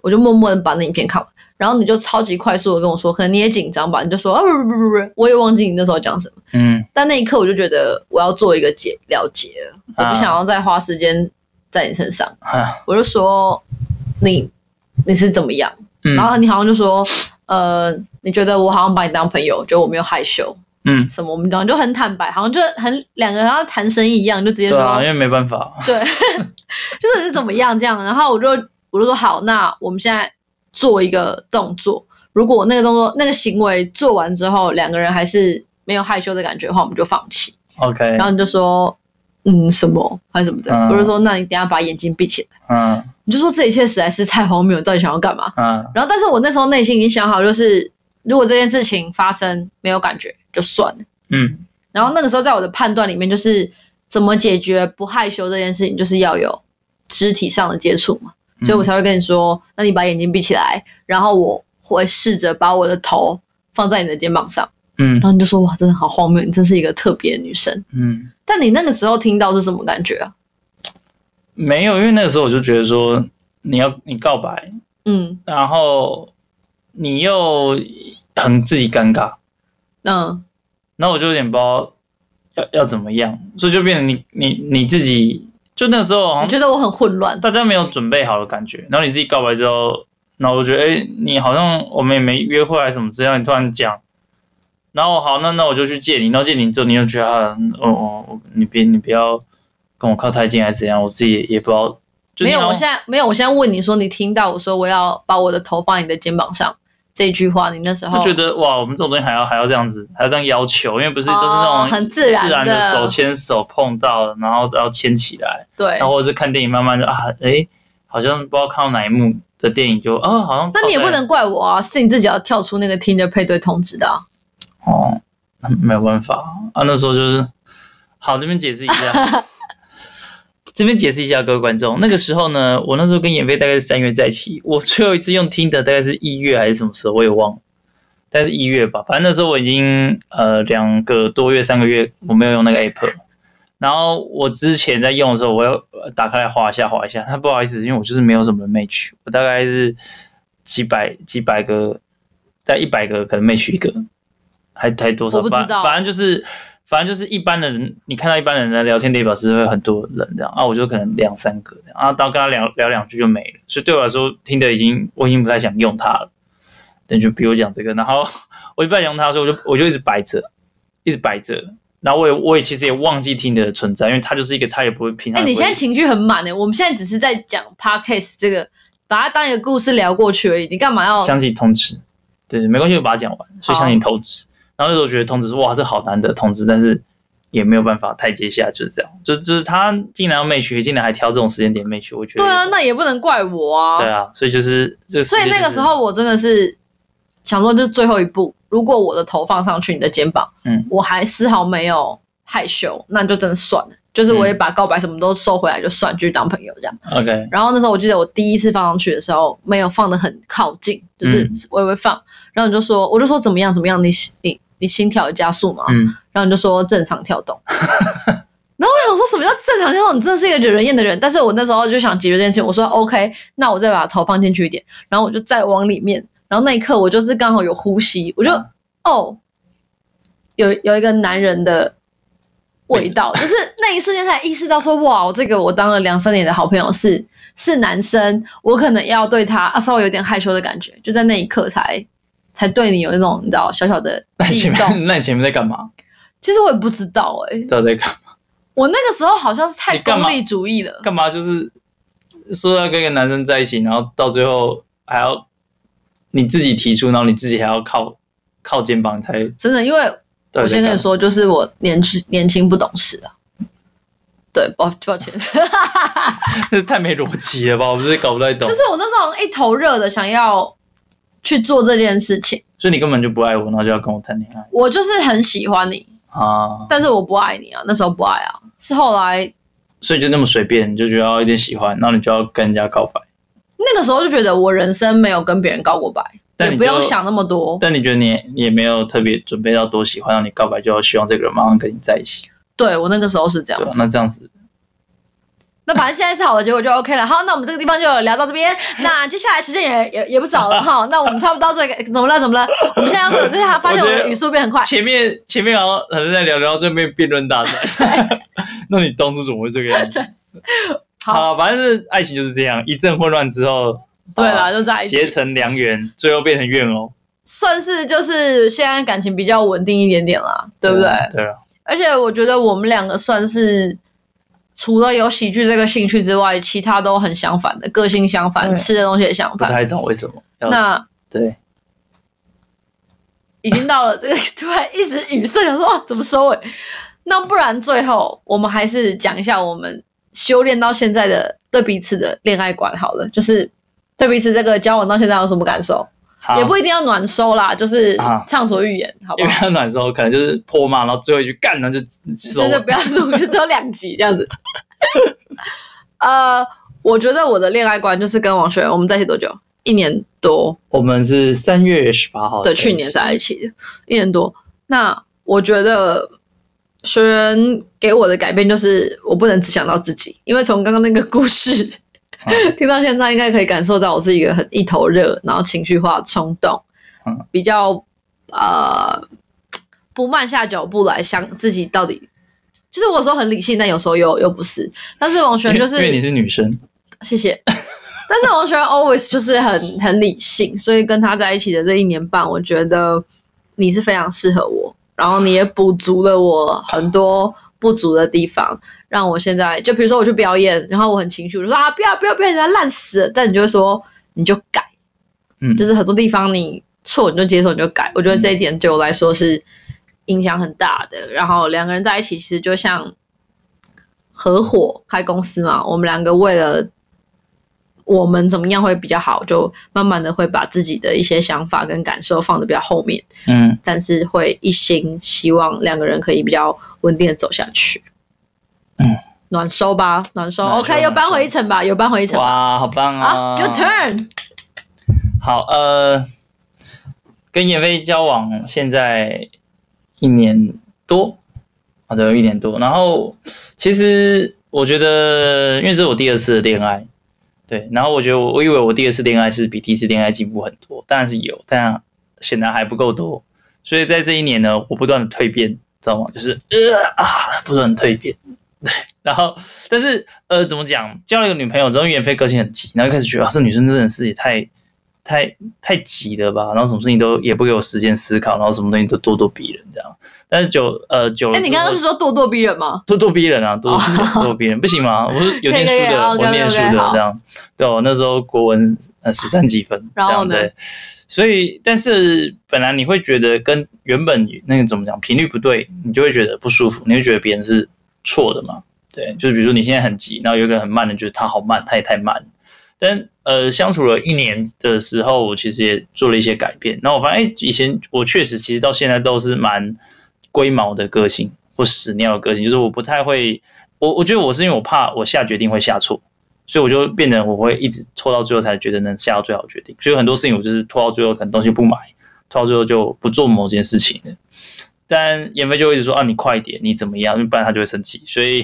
[SPEAKER 2] 我就默默的把那影片看完。然后你就超级快速的跟我说，可能你也紧张吧？你就说啊不不不不不，我也忘记你那时候讲什么。
[SPEAKER 1] 嗯，
[SPEAKER 2] 但那一刻我就觉得我要做一个解了结了，我
[SPEAKER 1] 啊
[SPEAKER 2] 不想要再花时间在你身上。
[SPEAKER 1] 啊
[SPEAKER 2] 我就说你你是怎么样？
[SPEAKER 1] 嗯
[SPEAKER 2] 然后你好像就说，呃，你觉得我好像把你当朋友，觉得我没有害羞
[SPEAKER 1] 嗯，
[SPEAKER 2] 什么，我们讲就很坦白，好像就很两个人要谈生意一样，就直接
[SPEAKER 1] 对
[SPEAKER 2] 说，
[SPEAKER 1] 啊，因为没办法，
[SPEAKER 2] 对， 就是是怎么样这样。然后我就我就说好，那我们现在做一个动作，如果那个动作那个行为做完之后，两个人还是没有害羞的感觉的话，我们就放弃。
[SPEAKER 1] OK，
[SPEAKER 2] 然后你就说，嗯，什么还是什么的，
[SPEAKER 1] 嗯
[SPEAKER 2] 我就说，那你等一下把眼睛闭起来。
[SPEAKER 1] 嗯
[SPEAKER 2] 你就说这一切实在是太荒谬，你到底想要干嘛？
[SPEAKER 1] 嗯
[SPEAKER 2] 然后，但是我那时候内心已经想好，就是如果这件事情发生没有感觉就算了。
[SPEAKER 1] 嗯
[SPEAKER 2] 然后那个时候在我的判断里面，就是怎么解决不害羞这件事情，就是要有肢体上的接触嘛。
[SPEAKER 1] 嗯
[SPEAKER 2] 所以我才会跟你说，那你把眼睛闭起来，然后我会试着把我的头放在你的肩膀上，
[SPEAKER 1] 嗯
[SPEAKER 2] 然后你就说哇，真的好荒谬，你真是一个特别的女生。
[SPEAKER 1] 嗯，
[SPEAKER 2] 但你那个时候听到是什么感觉啊？
[SPEAKER 1] 没有，因为那个时候我就觉得说你要你告白，
[SPEAKER 2] 嗯
[SPEAKER 1] 然后你又很自己尴尬，
[SPEAKER 2] 嗯
[SPEAKER 1] 然后我就有点不知道要要怎么样，所以就变成你你你自己，就那时候好
[SPEAKER 2] 你
[SPEAKER 1] 像
[SPEAKER 2] 觉得我很混乱？
[SPEAKER 1] 大家没有准备好的感觉，然后你自己告白之后，然后我觉得，哎、你好像我们也没约会还是什么之类，你突然讲，然后好，那那我就去借你，然后借你之后，你就觉得，啊嗯哦哦，我你别你不要跟我靠太近还是怎样，我自己也也不知道，就
[SPEAKER 2] 没有，
[SPEAKER 1] 你好
[SPEAKER 2] 我
[SPEAKER 1] 像
[SPEAKER 2] 现在没有，我现在问你说，你听到我说我要把我的头放在你的肩膀上这句话，你那时候
[SPEAKER 1] 就觉得哇，我们这种东西还要还要这样子，还要这样要求，因为不是都是那种、
[SPEAKER 2] 哦很自然的
[SPEAKER 1] 的手牵手碰到，然后然后牵起来，
[SPEAKER 2] 对
[SPEAKER 1] 然。后或者是看电影慢慢的啊，哎、好像不知道看到哪一幕的电影就啊，好像
[SPEAKER 2] 那你也
[SPEAKER 1] 靠
[SPEAKER 2] 不
[SPEAKER 1] 在
[SPEAKER 2] 能怪我啊，是你自己要跳出那个听着配对通知的啊、
[SPEAKER 1] 哦，那没有办法啊，那时候就是好，这边解释一下，这边解释一下各位观众，那个时候呢，我那时候跟妍飞大概是三月在一起，我最后一次用听的大概是一月还是什么时候，我也忘了。大概是一月吧，反正那时候我已经呃两个多月、三个月我没有用那个 app，了然后我之前在用的时候，我要呃打开来划一下划一下，他不好意思，因为我就是没有什么 match，我大概是几百几百个，在一百个可能 match 一个，还还多少？
[SPEAKER 2] 我不知
[SPEAKER 1] 反
[SPEAKER 2] 道
[SPEAKER 1] 反正就是反正就是一般的人，你看到一般人的聊天列表是会很多人这样啊，我就可能两三个这样啊，到跟他聊聊两句就没了，所以对我来说，听的已经我已经不太想用它了。等就比我讲这个，然后我就不太想用它的时候，我就我就一直摆着，一直摆着，然后我也我也其实也忘记听的存在，因为它就是一个它也不会平
[SPEAKER 2] 哎、
[SPEAKER 1] 常也不会。
[SPEAKER 2] 你现在情绪很满欸呢、我们现在只是在讲 podcast 这个，把它当一个故事聊过去而已。你干嘛要？
[SPEAKER 1] 想起通知，对，没关系，我把它讲完。所以
[SPEAKER 2] 哦
[SPEAKER 1] 想起通知，然后那时候觉得通知说哇，这好难得通知，但是也没有办法台阶下，就是这样。就就是他竟然要 match，竟然还挑这种时间点 match，我觉得
[SPEAKER 2] 对啊，那也不能怪我啊。
[SPEAKER 1] 对啊，所以就是这个世
[SPEAKER 2] 所
[SPEAKER 1] 界
[SPEAKER 2] 以
[SPEAKER 1] 就是、
[SPEAKER 2] 那个时候我真的是想说，就是最后一步，如果我的头放上去你的肩膀，
[SPEAKER 1] 嗯，
[SPEAKER 2] 我还丝毫没有害羞，那就真的算了，就是我也
[SPEAKER 1] 嗯
[SPEAKER 2] 把告白什么都收回来，就算继续当朋友这样。
[SPEAKER 1] OK，
[SPEAKER 2] 然后那时候我记得我第一次放上去的时候，没有放的很靠近，就是
[SPEAKER 1] 嗯
[SPEAKER 2] 微微放，然后你就说，我就说怎么样怎么样，你你你心跳有加速吗？
[SPEAKER 1] 嗯，
[SPEAKER 2] 然后你就说正常跳动。 然后我想说什么叫正常跳动？你真的是一个惹人厌的人。但是我那时候就想解决这件事情，我说 OK，那我再把头放进去一点，然后我就再往里面。然后那一刻我就是刚好有呼吸，我就、
[SPEAKER 1] 嗯
[SPEAKER 2] 哦，有有一个男人的味道，就是那一瞬间才意识到说哇，我这个我当了两三年的好朋友是是男生，我可能要对他、啊、稍微有点害羞的感觉，就在那一刻才才对你有那种你知道小小的
[SPEAKER 1] 那你
[SPEAKER 2] 悸
[SPEAKER 1] 前
[SPEAKER 2] 动。
[SPEAKER 1] 面那你前面在干嘛？
[SPEAKER 2] 其实我也不知道哎、
[SPEAKER 1] 到底在干
[SPEAKER 2] 我那个时候好像是太
[SPEAKER 1] 你干嘛
[SPEAKER 2] 功利主义了，
[SPEAKER 1] 干嘛？就是说要跟一个男生在一起，然后到最后还要你自己提出，然后你自己还要靠靠肩膀才。
[SPEAKER 2] 真的，因为
[SPEAKER 1] 到底在
[SPEAKER 2] 我先跟
[SPEAKER 1] 干
[SPEAKER 2] 你
[SPEAKER 1] 嘛，
[SPEAKER 2] 说，就是我年轻年轻不懂事啊。对，抱抱歉，
[SPEAKER 1] 这 太没逻辑了吧？我不是搞不太懂
[SPEAKER 2] 就，是我那时候好像一头热的想要去做这件事情，
[SPEAKER 1] 所以你根本就不爱我，然后就要跟我谈恋爱
[SPEAKER 2] 我就是很喜欢你，
[SPEAKER 1] 啊？
[SPEAKER 2] 但是我不爱你啊，那时候不爱啊，是后来
[SPEAKER 1] 所以就那么随便，你就觉得哦要一点喜欢，然后你就要跟人家告白，
[SPEAKER 2] 那个时候就觉得我人生没有跟别人告过白，
[SPEAKER 1] 但
[SPEAKER 2] 也
[SPEAKER 1] 你
[SPEAKER 2] 不用
[SPEAKER 1] 就
[SPEAKER 2] 想那么多。
[SPEAKER 1] 但你觉得你你也没有特别准备到多喜欢，让你告白就要希望这个人马上跟你在一起，
[SPEAKER 2] 对我那个时候是这样
[SPEAKER 1] 对吧、，啊那这样子
[SPEAKER 2] 那反正现在是好的结果就 OK 了。好，那我们这个地方就聊到这边。那接下来时间也也也不早了哈，那我们差不多到这个怎么了怎么了？我们现在要做的，就是发现我们的语速变很 快。
[SPEAKER 1] 前面前面好像好像在聊聊这边辩论大赛， 那你当初怎么会这个样子？
[SPEAKER 2] 好，
[SPEAKER 1] 好，反正是爱情就是这样，一阵混乱之后，
[SPEAKER 2] 对啦，
[SPEAKER 1] 啊，
[SPEAKER 2] 就在一
[SPEAKER 1] 结
[SPEAKER 2] 起，
[SPEAKER 1] 成良缘，最后变成怨偶，
[SPEAKER 2] 算是就是现在感情比较稳定一点点啦，对不对？
[SPEAKER 1] 啊对啊，
[SPEAKER 2] 而且我觉得我们两个算是除了有喜剧这个兴趣之外，其他都很相反的，个性相反，
[SPEAKER 1] 对
[SPEAKER 2] 吃的东西也相
[SPEAKER 1] 不
[SPEAKER 2] 反。
[SPEAKER 1] 太懂为什么要
[SPEAKER 2] 那
[SPEAKER 1] 对，
[SPEAKER 2] 已经到了这个突然一时语塞，想说哇怎么收尾？那不然最后我们还是讲一下我们修炼到现在的对彼此的恋爱观好了，就是对彼此这个交往到现在有什么感受？
[SPEAKER 1] 好
[SPEAKER 2] 也不一定要暖收啦，就是
[SPEAKER 1] 啊
[SPEAKER 2] 畅所欲言，好不
[SPEAKER 1] 因为
[SPEAKER 2] 好？
[SPEAKER 1] 他暖之后可能就是泼骂，然后最后一句干，然后就收
[SPEAKER 2] 真的
[SPEAKER 1] 了。
[SPEAKER 2] 不要录，就只有两集这样子。呃，我觉得我的恋爱观就是跟王学仁我们在一起多久？一年多，
[SPEAKER 1] 我们是三月十八号
[SPEAKER 2] 对，
[SPEAKER 1] 在
[SPEAKER 2] 去
[SPEAKER 1] 一
[SPEAKER 2] 年
[SPEAKER 1] 起
[SPEAKER 2] 在一起的，一年多。那我觉得学仁给我的改变就是，我不能只想到自己，因为从刚刚那个故事
[SPEAKER 1] 嗯
[SPEAKER 2] 听到现在，应该可以感受到我是一个很一头热，然后情绪化、冲动
[SPEAKER 1] 嗯，
[SPEAKER 2] 比较呃不慢下脚步来想自己到底。就是我说很理性，但有时候又又不是。但是王璇
[SPEAKER 1] 因
[SPEAKER 2] 就
[SPEAKER 1] 为
[SPEAKER 2] 是
[SPEAKER 1] 因为你是女生，
[SPEAKER 2] 谢谢。 但是我喜欢 always 就是很很理性，所以跟他在一起的这一年半，我觉得你是非常适合我，然后你也补足了我很多不足的地方，让我现在就比如说我去表演，然后我很情绪，我就说啊不要不要不要，人家烂死了，但你就会说你就改，
[SPEAKER 1] 嗯
[SPEAKER 2] 就是很多地方你错你就接受你就改，我觉得这一点对我来说是影响很大的。然后两个人在一起，其实就像合伙开公司嘛，我们两个为了我们怎么样会比较好，就慢慢的会把自己的一些想法跟感受放的比较后面，
[SPEAKER 1] 嗯，
[SPEAKER 2] 但是会一心希望两个人可以比较稳定的走下去。
[SPEAKER 1] 嗯，
[SPEAKER 2] 暖收吧，暖收。
[SPEAKER 1] 暖收
[SPEAKER 2] OK，又搬回一层吧，又搬回一层吧。
[SPEAKER 1] 哇，好棒
[SPEAKER 2] 好
[SPEAKER 1] 啊
[SPEAKER 2] ，Good turn。
[SPEAKER 1] 好，呃，跟妍霏交往现在一年多，啊，对，一年多。然后其实我觉得，因为这是我第二次的恋爱，对。然后我觉得我，我以为我第二次恋爱是比第一次恋爱进步很多，当然是有，但显然还不够多。所以在这一年呢，我不断的蜕变，知道吗？就是呃啊，不断的蜕变。 然后，但是呃，怎么讲？交了一个女朋友之后，因为妍霏个性很急，然后一开始觉得、啊、这女生真的是也太太太急了吧，然后什么事情都也不给我时间思考，然后什么东西都咄咄逼人这样。但是久呃久了之
[SPEAKER 2] 哎，
[SPEAKER 1] 后，
[SPEAKER 2] 你刚刚是说咄咄逼人吗？
[SPEAKER 1] 咄咄逼人啊，咄咄逼人，咄咄逼人，不行吗？我是有念
[SPEAKER 2] 哦可以可
[SPEAKER 1] 书
[SPEAKER 2] 以
[SPEAKER 1] 的，
[SPEAKER 2] 好
[SPEAKER 1] 我念书
[SPEAKER 2] OK，OK，
[SPEAKER 1] 的
[SPEAKER 2] 好
[SPEAKER 1] 这样。 对，我那时候国文呃十三几分，
[SPEAKER 2] 然后
[SPEAKER 1] 这
[SPEAKER 2] 呢
[SPEAKER 1] 样对。所以，但是本来你会觉得跟原本那个怎么讲频率不对，你就会觉得不舒服，你会觉得别人是错的嘛？对，就是比如说你现在很急，然后有一个人很慢的，觉得他好慢，他也太慢。但呃，相处了一年的时候，我其实也做了一些改变。然后我发现，哎、以前我确实其实到现在都是蛮龟毛的个性或屎尿的个性，就是我不太会，我我觉得我是因为我怕我下决定会下错，所以我就变得我会一直拖到最后才觉得能下到最好的决定。所以很多事情我就是拖到最后，可能东西不买，拖到最后就不做某件事情了。但妍霏就会一直说啊，你快一点，你怎么样？因为不然他就会生气。所以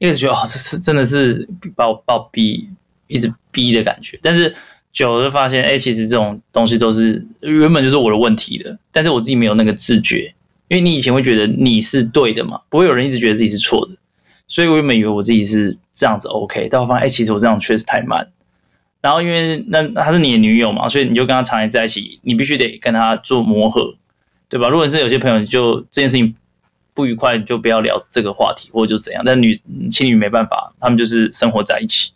[SPEAKER 1] 一开始觉得哦，这是真的是把我把我逼，一直逼的感觉。但是久了就发现，哎、其实这种东西都是呃原本就是我的问题的，但是我自己没有那个自觉。因为你以前会觉得你是对的嘛，不会有人一直觉得自己是错的。所以我原本以为我自己是这样子 OK，但我发现哎、其实我这样确实太慢。然后因为那她是你的女友嘛，所以你就跟她常年在一起，你必须得跟她做磨合，对吧？如果是有些朋友你就这件事情不愉快，你就不要聊这个话题，或者就怎样。但女情侣没办法，他们就是生活在一起，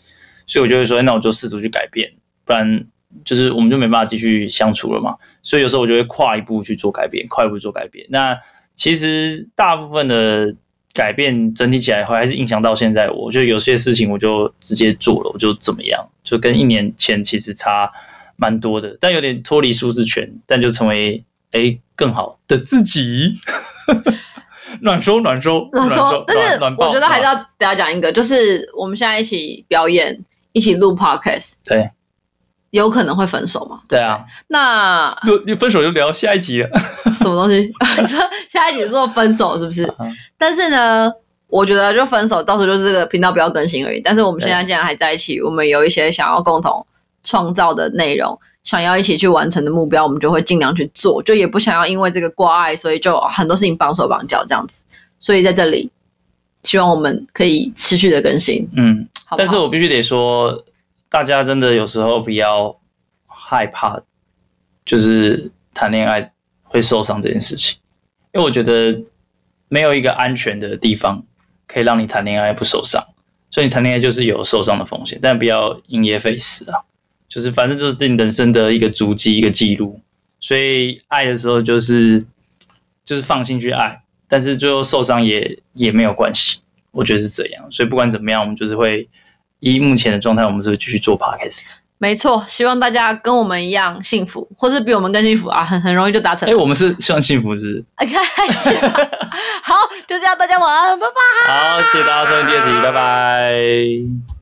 [SPEAKER 1] 所以我就会说，哎那我就试图去改变，不然就是我们就没办法继续相处了嘛。所以有时候我就会跨一步去做改变，跨一步做改变。那其实大部分的改变整体起来，还是影响到现在我。我觉得有些事情我就直接做了，我就怎么样，就跟一年前其实差蛮多的，但有点脱离舒适圈，但就成为哎更好的自己。 暖收暖收
[SPEAKER 2] 老说，但是
[SPEAKER 1] 暖
[SPEAKER 2] 我觉得还是
[SPEAKER 1] 要
[SPEAKER 2] 要大家讲一个，就是我们现在一起表演，一起录 podcast，
[SPEAKER 1] 对
[SPEAKER 2] 有可能会分手嘛？
[SPEAKER 1] 对啊，
[SPEAKER 2] 那
[SPEAKER 1] 就就分手就聊下一集了。
[SPEAKER 2] 什么东西？ 你说下一集说分手是不是？但是呢，我觉得就分手，到时候就是这个频道不要更新而已。但是我们现在既然还在一起，我们有一些想要共同创造的内容，想要一起去完成的目标，我们就会尽量去做，就也不想要因为这个挂碍，所以就很多事情绑手绑脚这样子。所以在这里，希望我们可以持续的更新，
[SPEAKER 1] 嗯，
[SPEAKER 2] 好不好
[SPEAKER 1] 但是我必须得说，大家真的有时候不要害怕，就是谈恋爱会受伤这件事情，因为我觉得没有一个安全的地方可以让你谈恋爱不受伤，所以你谈恋爱就是有受伤的风险，但不要因噎废食啊，就是反正就是你人生的一个足迹，一个记录，所以爱的时候就是就是放心去爱，但是最后受伤也也没有关系。我觉得是这样。所以不管怎么样，我们就是会依目前的状态，我们是会继续做 podcast。
[SPEAKER 2] 没错，希望大家跟我们一样幸福，或是比我们更幸福啊，很很容易就达成
[SPEAKER 1] 哎、。我们是希望幸福是
[SPEAKER 2] 哎，开始吧，好，就这样，大家晚安，拜拜。
[SPEAKER 1] 不是好，谢谢大家收听这集，拜拜。